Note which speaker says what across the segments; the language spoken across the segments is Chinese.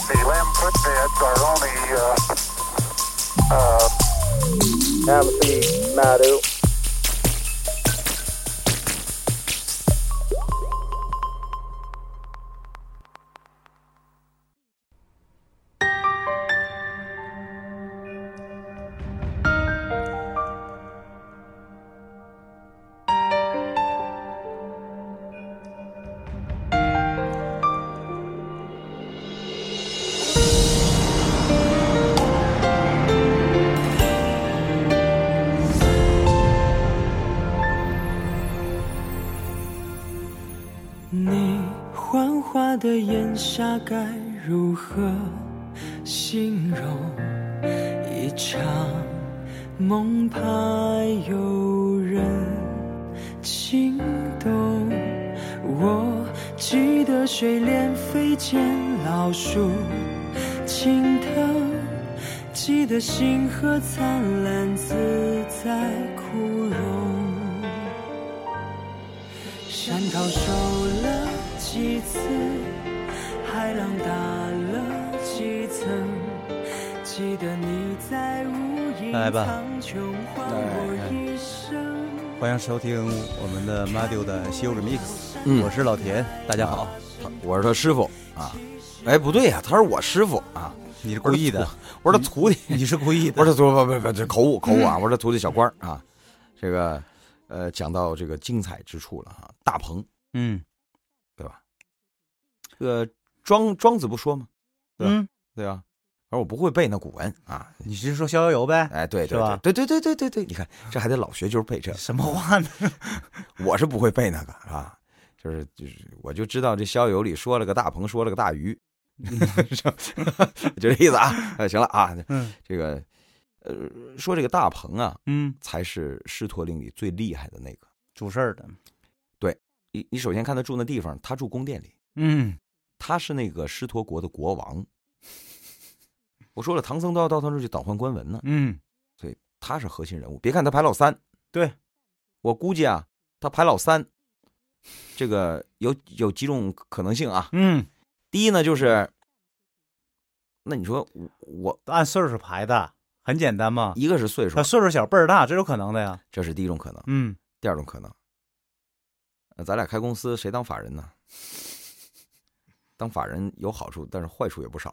Speaker 1: input beds are only, uh, uh, Amity, Madu.
Speaker 2: 你幻化的眼下该如何形容一场梦怕有人心动？我记得水莲飞溅老树青藤，记得星河灿烂自在枯荣。山涛受了几次，海浪打了几层。记得你在无影
Speaker 3: 来吧
Speaker 2: 苍穹唤我一声。
Speaker 3: 欢迎收听我们的 Madio 的西游 Remix，、
Speaker 4: 嗯
Speaker 3: 我是老田，大家好。
Speaker 4: 我是他师傅啊。哎，不对呀、他是我师傅啊，
Speaker 3: 你是故意的，
Speaker 4: 我是他徒弟，
Speaker 3: 你是故意的，嗯
Speaker 4: 我是他徒弟，不不不，这口误口误啊，我是他徒弟小官儿啊。这个呃，讲到这个精彩之处了哈、大鹏，
Speaker 3: 嗯
Speaker 4: 对吧？这个庄庄子不说吗？对吧
Speaker 3: 嗯，
Speaker 4: 对吧？而我不会背那古文啊。
Speaker 3: 你是说逍遥游呗？
Speaker 4: 哎，对
Speaker 3: 是
Speaker 4: 对
Speaker 3: 吧
Speaker 4: 对对对对对对，你看这还得老学，就是背这个。
Speaker 3: 什么话呢？
Speaker 4: 我是不会背那个啊，就是就是，我就知道这逍遥里说了个大鹏，说了个大鱼， 就这意思啊。哎，行了啊，
Speaker 3: 嗯
Speaker 4: 这个呃，说这个大鹏啊，
Speaker 3: 嗯，
Speaker 4: 才是《狮驼令》里最厉害的那个。
Speaker 3: 主事儿的，
Speaker 4: 你你首先看他住那地方，他住宫殿里，
Speaker 3: 嗯
Speaker 4: 他是那个狮驼国的国王。我说了，唐僧都要到他那儿去倒换官文呢，
Speaker 3: 嗯，
Speaker 4: 他是核心人物。别看他排老三，
Speaker 3: 对
Speaker 4: 我估计啊，他排老三，这个有有几种可能性啊。
Speaker 3: 嗯，
Speaker 4: 第一呢，就是，那你说我我
Speaker 3: 按岁数排的，很简单嘛。
Speaker 4: 一个是岁数
Speaker 3: 他，岁数小辈儿大，这有可能的呀。
Speaker 4: 这是第一种可能；
Speaker 3: 嗯，
Speaker 4: 第二种可能，呃咱俩开公司谁当法人呢？当法人有好处，但是坏处也 不少。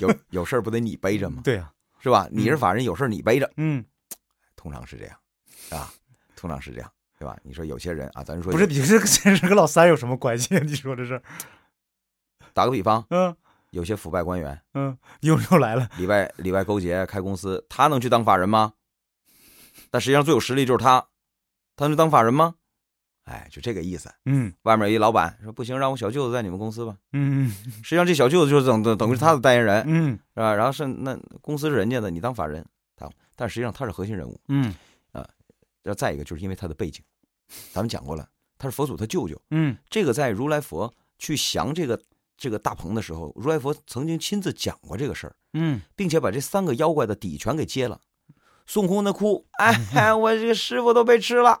Speaker 4: 有有事儿不得你背着吗？
Speaker 3: 对呀，
Speaker 4: 是吧？你是法人，有事儿你背着，
Speaker 3: 嗯，
Speaker 4: 通常是这样，啊，通常是这样，对吧？你说有些人啊，咱说
Speaker 3: 不是，你 这个这是跟老三有什么关系？ 你说这是，
Speaker 4: 打个比方，
Speaker 3: 嗯
Speaker 4: 有些腐败官员
Speaker 3: 嗯，又又来了，
Speaker 4: 里外里外勾结开公司，他能去当法人吗？但实际上最有实力就是他，他能去当法人吗？哎，就这个意思。
Speaker 3: 嗯
Speaker 4: 外面有一老板说不行，让我小舅子在你们公司吧。
Speaker 3: 嗯
Speaker 4: 实际上这小舅子就是等等等于是他的代言人，
Speaker 3: 嗯
Speaker 4: 是吧？然后是那公司是人家的，你当法人，他但实际上他是核心人物。
Speaker 3: 嗯
Speaker 4: 然后再一个就是因为他的背景，咱们讲过了，他是佛祖他舅舅。
Speaker 3: 嗯
Speaker 4: 这个在如来佛去降这个这个大鹏的时候，如来佛曾经亲自讲过这个事儿。
Speaker 3: 嗯
Speaker 4: 并且把这三个妖怪的底全给揭了。孙悟空那哭，哎， 我这个师傅都被吃了，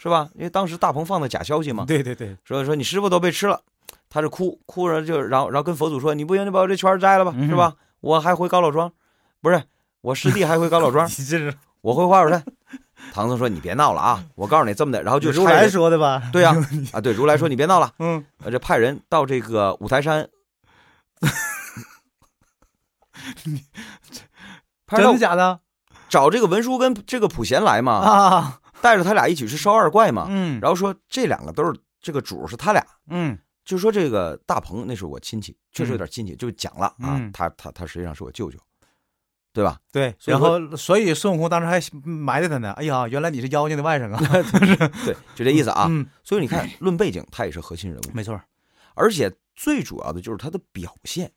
Speaker 4: 是吧？因为当时大鹏放的假消息嘛
Speaker 3: 嗯，，对对对，
Speaker 4: 说说你师傅都被吃了，他是哭哭着就然后然后跟佛祖说，你不行，你把我这圈儿摘了吧，
Speaker 3: 嗯
Speaker 4: 是吧？我还回高老庄，不是我师弟还回高老 庄
Speaker 3: 你，这是
Speaker 4: 我回花果山。唐僧说你别闹了啊，我告诉你这么的，然后就
Speaker 3: 如
Speaker 4: 差
Speaker 3: 来
Speaker 4: 人
Speaker 3: 说的吧？
Speaker 4: 对啊啊，对如来说你别闹了，
Speaker 3: 嗯，
Speaker 4: 呃这派人到这个五台山，派人到
Speaker 3: 真的假的
Speaker 4: 找这个文殊跟这个普贤来嘛，
Speaker 3: 啊？
Speaker 4: 带着他俩一起去烧二怪嘛。
Speaker 3: 嗯，
Speaker 4: 啊然后说这两个都是这个主是他俩，
Speaker 3: 嗯
Speaker 4: 就说这个大鹏那是我亲戚，确实有点亲戚，就讲了啊，
Speaker 3: 嗯
Speaker 4: 他他他实际上是我舅舅，对 吧？
Speaker 3: 对，
Speaker 4: 所以
Speaker 3: 然
Speaker 4: 说
Speaker 3: 后所以孙悟空当时还埋汰他呢。哎呀，原来你是妖精的外甥啊！
Speaker 4: 对，就这意思 啊。
Speaker 3: 嗯，
Speaker 4: 所以你看，论背景他也是核心人物，
Speaker 3: 没错，
Speaker 4: 而且最主要的就是他的表现，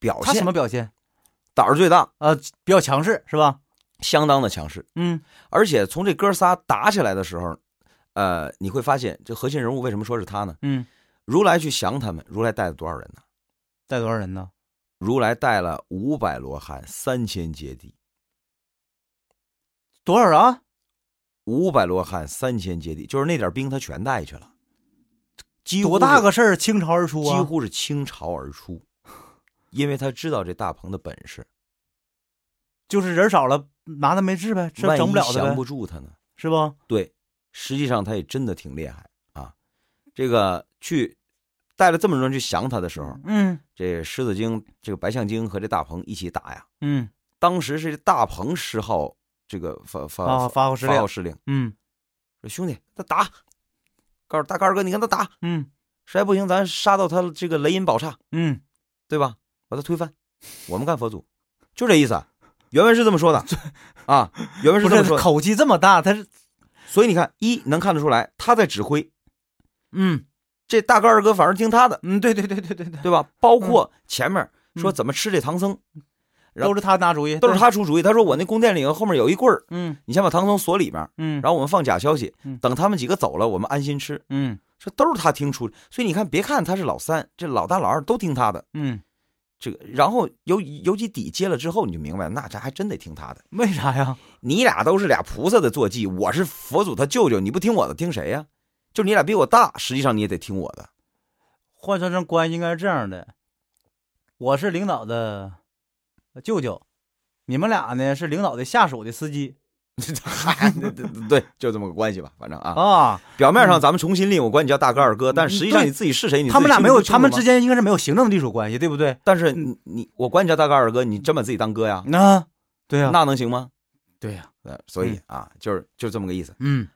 Speaker 4: 表
Speaker 3: 他
Speaker 4: 现
Speaker 3: 什么表现？
Speaker 4: 胆儿最大，
Speaker 3: 呃，比较强势是吧？
Speaker 4: 相当的强势。
Speaker 3: 嗯
Speaker 4: 而且从这哥仨打起来的时候，呃，你会发现这核心人物为什么说是他呢？
Speaker 3: 嗯，
Speaker 4: 如来去降他们，如来带了多少人呢？
Speaker 3: 带多少人呢？
Speaker 4: 如来带了五百罗汉，三千揭谛，
Speaker 3: 多少啊？
Speaker 4: 五百罗汉，三千揭谛，就是那点兵他全带去了，几乎
Speaker 3: 多
Speaker 4: 是
Speaker 3: 大个事儿倾巢而出
Speaker 4: 几
Speaker 3: 啊？
Speaker 4: 乎是倾巢而出。因为他知道这大鹏的本事，
Speaker 3: 就是人少了拿他没治呗，这
Speaker 4: 万
Speaker 3: 整
Speaker 4: 一
Speaker 3: 不了的
Speaker 4: 降
Speaker 3: 呗，
Speaker 4: 不住他呢？
Speaker 3: 是不？
Speaker 4: 对，实际上他也真的挺厉害啊。这个去带了这么多人去降他的时候，
Speaker 3: 嗯
Speaker 4: 这狮子精、这个白象精和这大鹏一起打呀。
Speaker 3: 嗯
Speaker 4: 当时是大鹏施号这个发
Speaker 3: 啊
Speaker 4: 发
Speaker 3: 发号施令
Speaker 4: 呃发号施令，
Speaker 3: 嗯
Speaker 4: 说兄弟，他打，告诉大高二哥，你跟他打，
Speaker 3: 嗯
Speaker 4: 实在不行咱杀到他这个雷音宝刹，
Speaker 3: 嗯，
Speaker 4: 对吧？把他推翻，我们干佛祖，就这意思。啊原文是这 么说的啊，原文是
Speaker 3: 不
Speaker 4: 这么
Speaker 3: 是
Speaker 4: 说的。
Speaker 3: 口气这么大，他是
Speaker 4: 所以你看，一能看得出来他在指挥，
Speaker 3: 嗯
Speaker 4: 这大高二哥反而听他的，
Speaker 3: 嗯，对对对对对对，
Speaker 4: 对吧？包括前面说
Speaker 3: 嗯
Speaker 4: 怎么吃这唐僧，然
Speaker 3: 都
Speaker 4: 后
Speaker 3: 是他拿主意，
Speaker 4: 都是他出主意。他说我那宫殿里头后面有一棍儿，
Speaker 3: 对，嗯
Speaker 4: 你先把唐僧锁里面，
Speaker 3: 嗯，
Speaker 4: 然后我们放假消息
Speaker 3: 嗯，
Speaker 4: 等他们几个走了，我们安心吃。
Speaker 3: 嗯
Speaker 4: 这都是他听出，所以你看，别看他是老三，这老大老二都听他的。
Speaker 3: 嗯，
Speaker 4: 这个，然后尤尤其底接了之后，你就明白，那这还真得听他的。
Speaker 3: 为啥呀？
Speaker 4: 你俩都是俩菩萨的坐骑，我是佛祖他舅舅，你不听我的，听谁呀？就你俩比我大，实际上你也得听我的。
Speaker 3: 换算成关系应该是这样的：我是领导的舅舅，你们俩呢是领导的下属的司机
Speaker 4: 对对对，就这么个关系吧，反正啊，
Speaker 3: 啊。
Speaker 4: 表面上咱们重新立，我管你叫大哥二哥，但实际上你自己是谁，你自己
Speaker 3: 嗯他们俩没有，
Speaker 4: 清楚
Speaker 3: 他们之
Speaker 4: 吗，
Speaker 3: 间应该是没有行政隶属关系，对不对？
Speaker 4: 但是你你我管你叫大哥二哥，你真把自己当哥呀，
Speaker 3: 那嗯啊对嗯呀，
Speaker 4: 那能行吗？
Speaker 3: 对呀，
Speaker 4: 呃，所以啊，就是就这么个意思。
Speaker 3: 嗯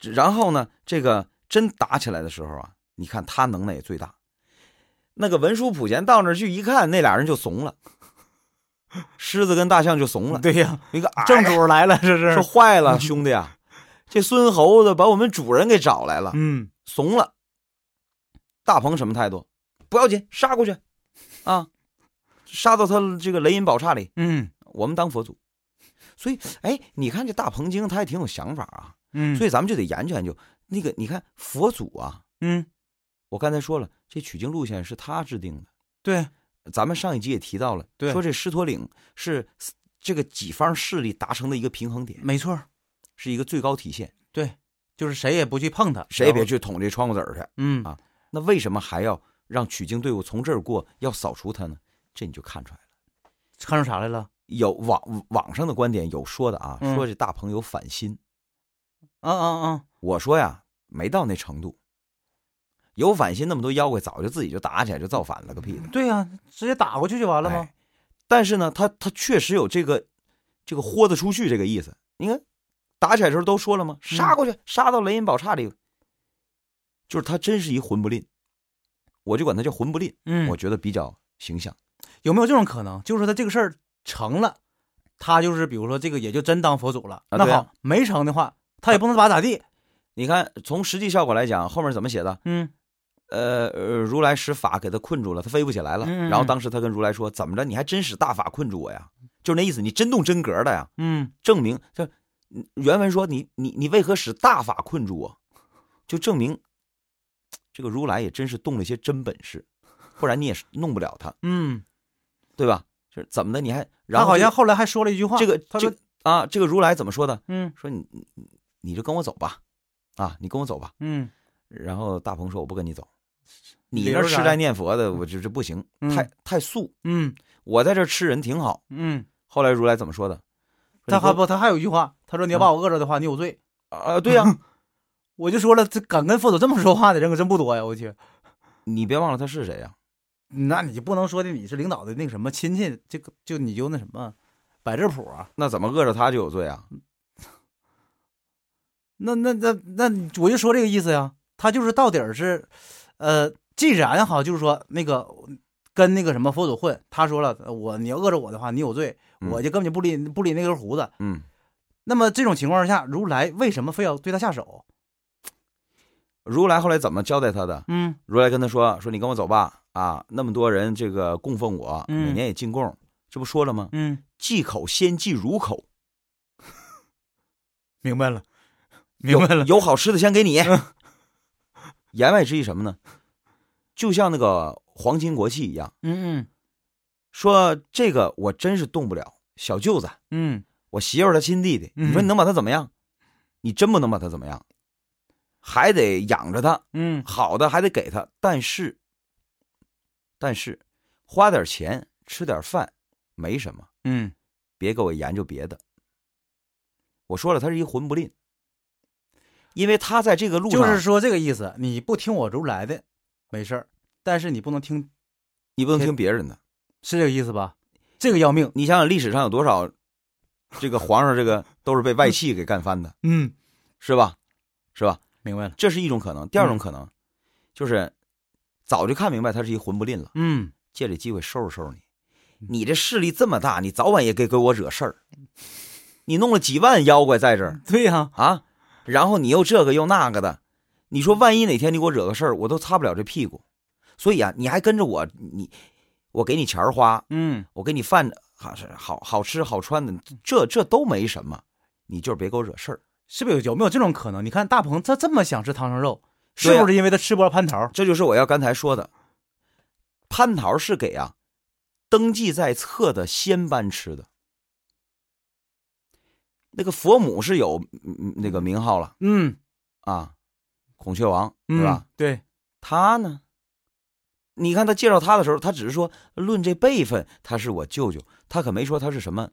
Speaker 4: 然后呢，这个真打起来的时候啊，你看他能耐也最大。那个文殊普贤到那儿去一看，那俩人就怂了，狮子跟大象就怂了。
Speaker 3: 对呀，
Speaker 4: 一个哎
Speaker 3: 正主来了，这嗯是
Speaker 4: 说坏了，兄弟啊，这孙猴子把我们主人给找来了，
Speaker 3: 嗯
Speaker 4: 怂了。大鹏什么态度？不要紧，杀过去，啊，杀到他这个雷音宝刹里，
Speaker 3: 嗯
Speaker 4: 我们当佛祖。所以，哎，你看这大鹏精，他也挺有想法啊。
Speaker 3: 嗯，
Speaker 4: 所
Speaker 3: 以
Speaker 4: 以咱们就得研究研究那个，你看佛祖啊，
Speaker 3: 嗯
Speaker 4: 我刚才说了，这取经路线是他制定的。
Speaker 3: 对
Speaker 4: 咱们上一集也提到了，
Speaker 3: 对
Speaker 4: 说这狮驼岭是这个几方势力达成的一个平衡点，
Speaker 3: 没错儿，
Speaker 4: 是一个最高体现，
Speaker 3: 对，就是谁也不去碰他，
Speaker 4: 谁也别
Speaker 3: 然后
Speaker 4: 去捅这窗户子儿去。
Speaker 3: 嗯
Speaker 4: 啊那为什么还要让取经队伍从这儿过，要扫除它呢？这你就看出来了。
Speaker 3: 看出啥来了
Speaker 4: 有网网上的观点有说的啊，
Speaker 3: 嗯
Speaker 4: 说这大鹏有反心。
Speaker 3: 啊啊啊！
Speaker 4: 我说呀，没到那程度。有反心，那么多妖怪早就自己就打起来，就造反了个屁的。
Speaker 3: 对呀，直接打过去就完了吗
Speaker 4: 哎？但是呢，他他确实有这个这个豁得出去这个意思。你看，打起来的时候都说了吗？
Speaker 3: 嗯
Speaker 4: 杀过去，杀到雷音宝刹里。就是他真是一魂不吝，我就管他叫魂不吝，
Speaker 3: 嗯
Speaker 4: 我觉得比较形象。
Speaker 3: 有没有这种可能？就是说他这个事儿成了，他就是比如说这个也就真当佛祖了。
Speaker 4: 啊
Speaker 3: 那
Speaker 4: 对
Speaker 3: 好，
Speaker 4: 啊
Speaker 3: 没成的话，他也不能把他咋地。
Speaker 4: 你看，从实际效果来讲，后面怎么写的？
Speaker 3: 嗯
Speaker 4: 呃，呃如来使法给他困住了，他飞不起来了。
Speaker 3: 嗯嗯
Speaker 4: 然后当时他跟如来说：“怎么着？你还真使大法困住我呀？就是那意思，你真动真格的呀？
Speaker 3: 嗯
Speaker 4: 证明这嗯原文说你你你为何使大法困住我？就证明这个如来也真是动了一些真本事，不然你也是弄不了他，
Speaker 3: 嗯，
Speaker 4: 对吧？就是怎么的？你还
Speaker 3: 他
Speaker 4: 然后
Speaker 3: 好像
Speaker 4: 这
Speaker 3: 后来还说了一句话，
Speaker 4: 个
Speaker 3: 他
Speaker 4: 这
Speaker 3: 说
Speaker 4: 个啊，这个如来怎么说的？
Speaker 3: 嗯
Speaker 4: 说你你你就跟我走吧，啊，你跟我走吧。
Speaker 3: 嗯
Speaker 4: 然后大鹏说：“我不跟你走，
Speaker 3: 理
Speaker 4: 你
Speaker 3: 由
Speaker 4: 那儿
Speaker 3: 啥
Speaker 4: 吃斋念佛的，我这这不行，
Speaker 3: 嗯
Speaker 4: 太太素。
Speaker 3: 嗯
Speaker 4: 我在这儿吃人挺好。”
Speaker 3: 嗯，
Speaker 4: 后来如来怎么说的？
Speaker 3: 他还
Speaker 4: 说
Speaker 3: 不他还有一句话，他说你要把我饿着的话，你有罪。
Speaker 4: 啊、对呀、
Speaker 3: 我就说了，这敢跟佛祖这么说话的人可真不多呀！我去，
Speaker 4: 你别忘了他是谁啊呀、
Speaker 3: 那你就不能说的你是领导的那个什么亲戚，这个就你就那什么摆这谱啊？
Speaker 4: 那怎么饿着他就有罪啊？
Speaker 3: 那那那那，我就说这个意思呀。他就是到底儿是，呃，既然哈，就是说那个跟那个什么佛祖混，他说了，呃我你要饿着我的话，你有罪，
Speaker 4: 嗯
Speaker 3: 我就根本就不理不理那根胡子。
Speaker 4: 嗯，
Speaker 3: 那么这种情况下，如来为什么非要对他下手？
Speaker 4: 如来后来怎么交代他的？
Speaker 3: 嗯
Speaker 4: 如来跟他说：“说你跟我走吧，啊，那么多人这个供奉我，
Speaker 3: 嗯
Speaker 4: 每年也进贡，这不说了吗？
Speaker 3: 嗯，
Speaker 4: 忌口先忌汝口，
Speaker 3: 明白了，明
Speaker 4: 有
Speaker 3: 白了。
Speaker 4: 有好吃的先给你。
Speaker 3: 嗯
Speaker 4: 言外之意什么呢？就像那个皇亲国戚一样，
Speaker 3: 嗯
Speaker 4: 说这个我真是动不了，小舅子，
Speaker 3: 嗯嗯，
Speaker 4: 我媳妇儿她亲弟弟，
Speaker 3: 嗯
Speaker 4: 你说你能把他怎么样？你真不能把他怎么样，还得养着他，
Speaker 3: 嗯
Speaker 4: 好的还得给他，但是，但是花点钱吃点饭没什么，
Speaker 3: 嗯，
Speaker 4: 别给我研究别的。我说了，他是一混不吝，因为他在这个路上，
Speaker 3: 就是说这个意思。你不听我如来的，没事儿，但是你不能听，
Speaker 4: 你不能听别人的，
Speaker 3: 是这个意思吧？这个要命。
Speaker 4: 你想想历史上有 多少这个皇上，这个都是被外戚给干翻的，
Speaker 3: 嗯，
Speaker 4: 是吧？是吧？
Speaker 3: 明白了，
Speaker 4: 这是一种可能。第二种可能、嗯、就是早就看明白他是一混不吝了，
Speaker 3: 嗯，
Speaker 4: 借这机会收拾收拾你。你这势力这么大，你早晚也给给我惹事儿。你弄了几万妖怪在这儿，
Speaker 3: 对呀、
Speaker 4: 啊，啊，然后你又这个又那个的，你说万一哪天你给我惹个事儿，我都擦不了这屁股。所以啊，你还跟着我，你我给你钱花，
Speaker 3: 嗯，
Speaker 4: 我给你饭，好是好好吃好穿的，这这都没什么，你就是别给我惹事儿，
Speaker 3: 是不是有有没有这种可能？你看大鹏他这么想吃唐僧肉，是不是因为他吃不着蟠桃、啊？
Speaker 4: 这就是我要刚才说的，蟠桃是给啊登记在册的仙班吃的。那个佛母是有嗯那个名号了，
Speaker 3: 嗯，
Speaker 4: 啊，孔雀王是吧？
Speaker 3: 嗯、对，
Speaker 4: 他呢，你看他介绍他的时候，他只是说论这辈分，他是我舅舅，他可没说他是什么，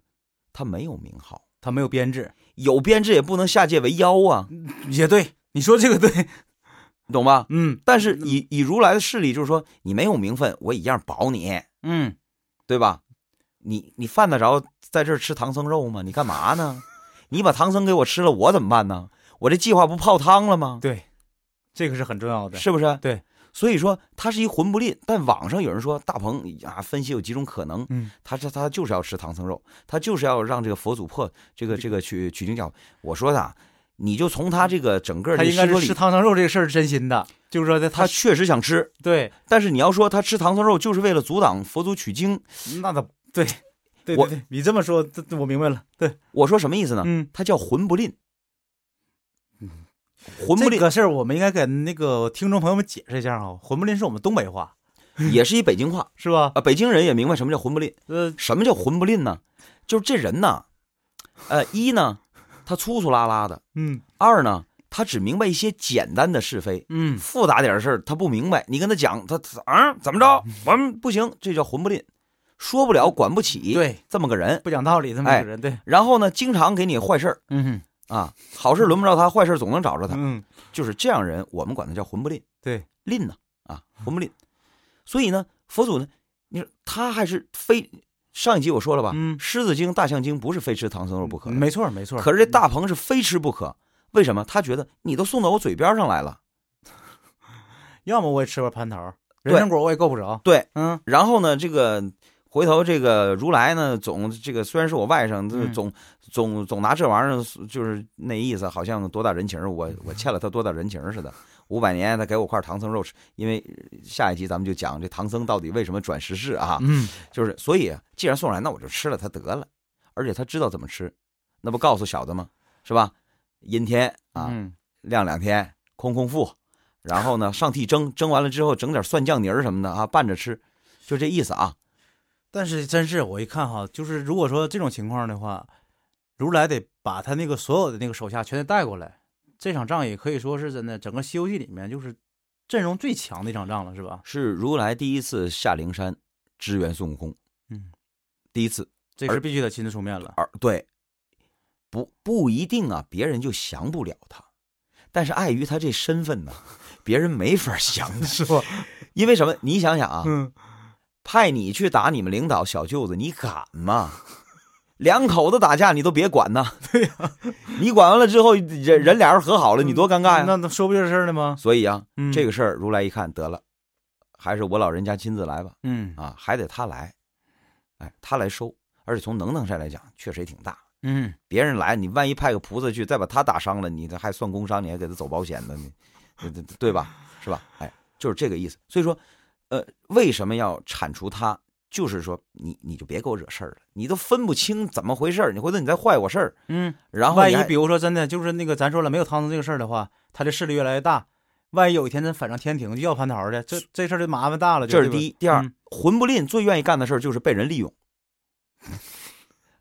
Speaker 4: 他没有名号，
Speaker 3: 他没有编制，
Speaker 4: 有编制也不能下界为妖啊。
Speaker 3: 也对，你说这个对，
Speaker 4: 你懂吧？
Speaker 3: 嗯，
Speaker 4: 但是以以如来的势力，就是说你没有名分，我一样保你，
Speaker 3: 嗯，
Speaker 4: 对吧？你你犯得着在这儿吃唐僧肉吗？你干嘛呢？你把唐僧给我吃了，我怎么办呢？我这计划不泡汤了吗？
Speaker 3: 对，这个是很重要的，
Speaker 4: 是不是？
Speaker 3: 对，
Speaker 4: 所以说他是一混不吝。但网上有人说大鹏啊，分析有几种可能，
Speaker 3: 嗯，
Speaker 4: 他这他就是要吃唐僧肉，他就是要让这个佛祖破这个这个取取经教。我说的，啊你就从他这个整个
Speaker 3: 他应该是吃唐僧肉这个事儿是真心的，就是说
Speaker 4: 他确实想吃，
Speaker 3: 对。
Speaker 4: 但是你要说他吃唐僧肉就是为了阻挡佛祖取经，
Speaker 3: 那倒对。对对对我你这么说，我明白了。对，
Speaker 4: 我说什么意思呢？
Speaker 3: 嗯，
Speaker 4: 它叫魂不吝。嗯，魂不吝
Speaker 3: 这个事儿，我们应该跟那个听众朋友们解释一下啊。魂不吝是我们东北话，
Speaker 4: 也是一北京话，
Speaker 3: 是吧？啊、
Speaker 4: 呃，北京人也明白什么叫魂不吝。
Speaker 3: 呃，
Speaker 4: 什么叫魂不吝呢？就是这人呐，呃，一呢，他粗粗拉拉的，
Speaker 3: 嗯；
Speaker 4: 二呢，他只明白一些简单的是非，
Speaker 3: 嗯；
Speaker 4: 复杂点的事儿他不明白，你跟他讲，他啊怎么着，我们不行，这叫魂不吝。说不了，管不起，
Speaker 3: 对，
Speaker 4: 这么个人
Speaker 3: 不讲道理，这
Speaker 4: 哎
Speaker 3: 么个人，对。
Speaker 4: 然后呢，经常给你坏事儿，
Speaker 3: 嗯
Speaker 4: 啊，好事轮不着他，坏事总能找着他，
Speaker 3: 嗯，
Speaker 4: 就是这样人，我们管他叫魂不吝，
Speaker 3: 对，嗯
Speaker 4: 吝呢，啊，魂不吝。所以呢，佛祖呢，你说他还是非上一集我说了吧，
Speaker 3: 嗯，
Speaker 4: 狮子精、大象精不是非吃唐僧肉不可，
Speaker 3: 没错没错。嗯
Speaker 4: 可是这大鹏是非吃不可，为什么？他觉得你都送到我嘴边上来了，
Speaker 3: 要么我也吃块蟠桃，人参果我也够不着，
Speaker 4: 对，
Speaker 3: 嗯。
Speaker 4: 然后呢，这个。回头这个如来呢，总这个虽然是我外甥，这总总总拿这玩意儿，就是那意思，好像多大人情，我我欠了他多大人情似的。五百年他给我块唐僧肉吃，因为下一集咱们就讲这唐僧到底为什么转世世啊？
Speaker 3: 嗯，
Speaker 4: 就是所以啊既然送来，那我就吃了他得了，而且他知道怎么吃，那不告诉小子吗？是吧？阴天啊，
Speaker 3: 嗯
Speaker 4: 晾两天，空空腹，然后呢上屉蒸，蒸完了之后整点蒜酱泥儿什么的啊，拌着吃，就这意思啊。
Speaker 3: 但是，真是我一看哈，就是如果说这种情况的话，如来得把他那个所有的那个手下全得带过来。这场仗也可以说是真的，整个《西游记》里面就是阵容最强的一场仗了，是吧？
Speaker 4: 是如来第一次下灵山支援孙悟空，
Speaker 3: 嗯，
Speaker 4: 第一次，
Speaker 3: 这是必须得亲自出面了。
Speaker 4: 而对，不不一定啊，别人就降不了他，但是碍于他这身份呢，别人没法降，
Speaker 3: 是吧？
Speaker 4: 因为什么？你想想啊，
Speaker 3: 嗯。
Speaker 4: 派你去打你们领导小舅子，你敢吗？ 两口子打架你都别管呐，
Speaker 3: 对呀、啊，
Speaker 4: 你管完了之后，人人俩人和好了，你多尴尬呀！
Speaker 3: 嗯那说不就是事儿了吗？
Speaker 4: 所以啊，
Speaker 3: 嗯、
Speaker 4: 这个事儿如来一看，得了，还是我老人家亲自来吧。
Speaker 3: 嗯，
Speaker 4: 啊，还得他来，哎，他来收，而且从能耐上来讲，确实也挺大。
Speaker 3: 嗯，
Speaker 4: 别人来，你万一派个菩萨去，再把他打伤了，你这还算工伤，你还给他走保险呢，你，对吧？是吧？哎，就是这个意思。所以说。呃，为什么要铲除他？就是说你，你你就别给我惹事儿了，你都分不清怎么回事儿，你回头你再坏我事儿，
Speaker 3: 嗯，
Speaker 4: 然后
Speaker 3: 万一比如说真的就是那个咱说了没有唐僧这个事儿的话，他的势力越来越大，万一有一天真反上天庭就要蟠桃去，这这事儿就麻烦大了。
Speaker 4: 这
Speaker 3: 是
Speaker 4: 第一，第二，
Speaker 3: 嗯、
Speaker 4: 魂不吝最愿意干的事儿就是被人利用，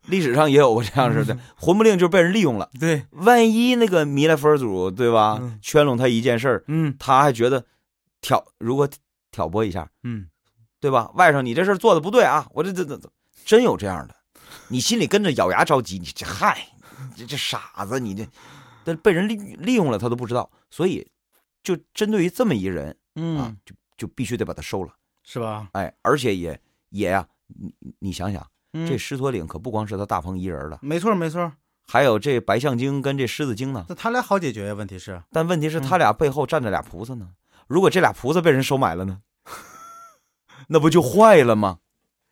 Speaker 4: 历史上也有过这样式的，
Speaker 3: 嗯
Speaker 4: 魂不吝就是被人利用了。
Speaker 3: 对，
Speaker 4: 万一那个弥勒佛祖对吧，
Speaker 3: 嗯、
Speaker 4: 圈拢他一件事儿，
Speaker 3: 嗯，
Speaker 4: 他还觉得挑如果。挑拨一下，
Speaker 3: 嗯，
Speaker 4: 对吧？外甥，你这事儿做的不对啊！我这这这这真有这样的，你心里跟着咬牙着急，你这嗨，这这傻子，你这，但被人利利用了，他都不知道，所以就针对于这么一人啊
Speaker 3: 嗯，，
Speaker 4: 就就必须得把他收了，
Speaker 3: 是吧？
Speaker 4: 哎，而且也也呀、你你想想，
Speaker 3: 嗯
Speaker 4: 这狮驼岭可不光是他大鹏一人了，
Speaker 3: 没错没错，
Speaker 4: 还有这白象精跟这狮子精呢。
Speaker 3: 那他俩好解决呀？问题是，
Speaker 4: 但问题是，
Speaker 3: 嗯
Speaker 4: 他俩背后站着俩菩萨呢。如果这俩菩萨被人收买了呢， 那不就坏了吗？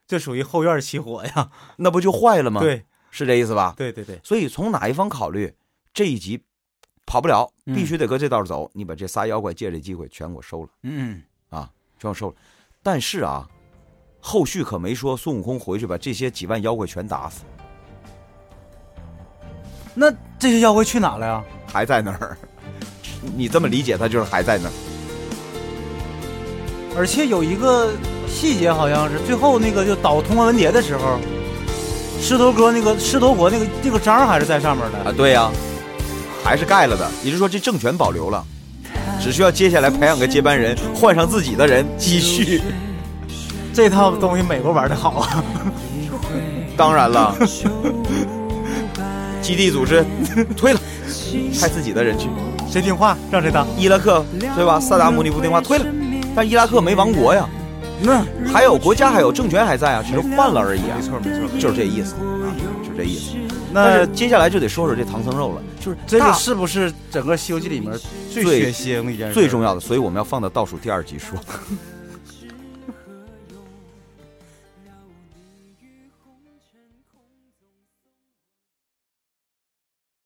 Speaker 3: 这属于后院起火呀。
Speaker 4: 那不就坏了吗？，
Speaker 3: 对
Speaker 4: 是这意思吧？
Speaker 3: 对对对，
Speaker 4: 所以从哪一方考虑，这一集跑不了，
Speaker 3: 嗯
Speaker 4: 必须得搁这道走。你把这仨妖怪借这机会全给我收了，
Speaker 3: 嗯，
Speaker 4: 全给我收了。但是啊，后续可没说孙悟空回去把这些几万妖怪全打死，
Speaker 3: 那这些妖怪去哪了呀？
Speaker 4: 还在那儿。 你这么理解，他就是还在那儿。
Speaker 3: 而且有一个细节，好像是最后那个就倒通关文牒的时候，狮头哥那个狮头婆那个那个章还是在上面的。
Speaker 4: 啊，对呀、还是盖了的。也就是说，这政权保留了，只需要接下来培养个接班人，换上自己的人继续。
Speaker 3: 这套东西美国玩的好啊，
Speaker 4: 当然了，基地组织推了，派自己的人去。
Speaker 3: 谁听话让谁当。
Speaker 4: 伊拉克对吧？萨达姆尼不听话推了，但伊拉克没亡国呀，
Speaker 3: 那
Speaker 4: 还有国家还有政权还在啊，只是换了而已啊。
Speaker 3: 没错没错，
Speaker 4: 就是这意思啊，就是这意思。但
Speaker 3: 那
Speaker 4: 是接下来就得说说这唐僧肉了，就是
Speaker 3: 这
Speaker 4: 大
Speaker 3: 个是不是整个《西游记》里面最
Speaker 4: 最
Speaker 3: 血腥的一件事？
Speaker 4: 最重要的，所以我们要放到倒数第二集说。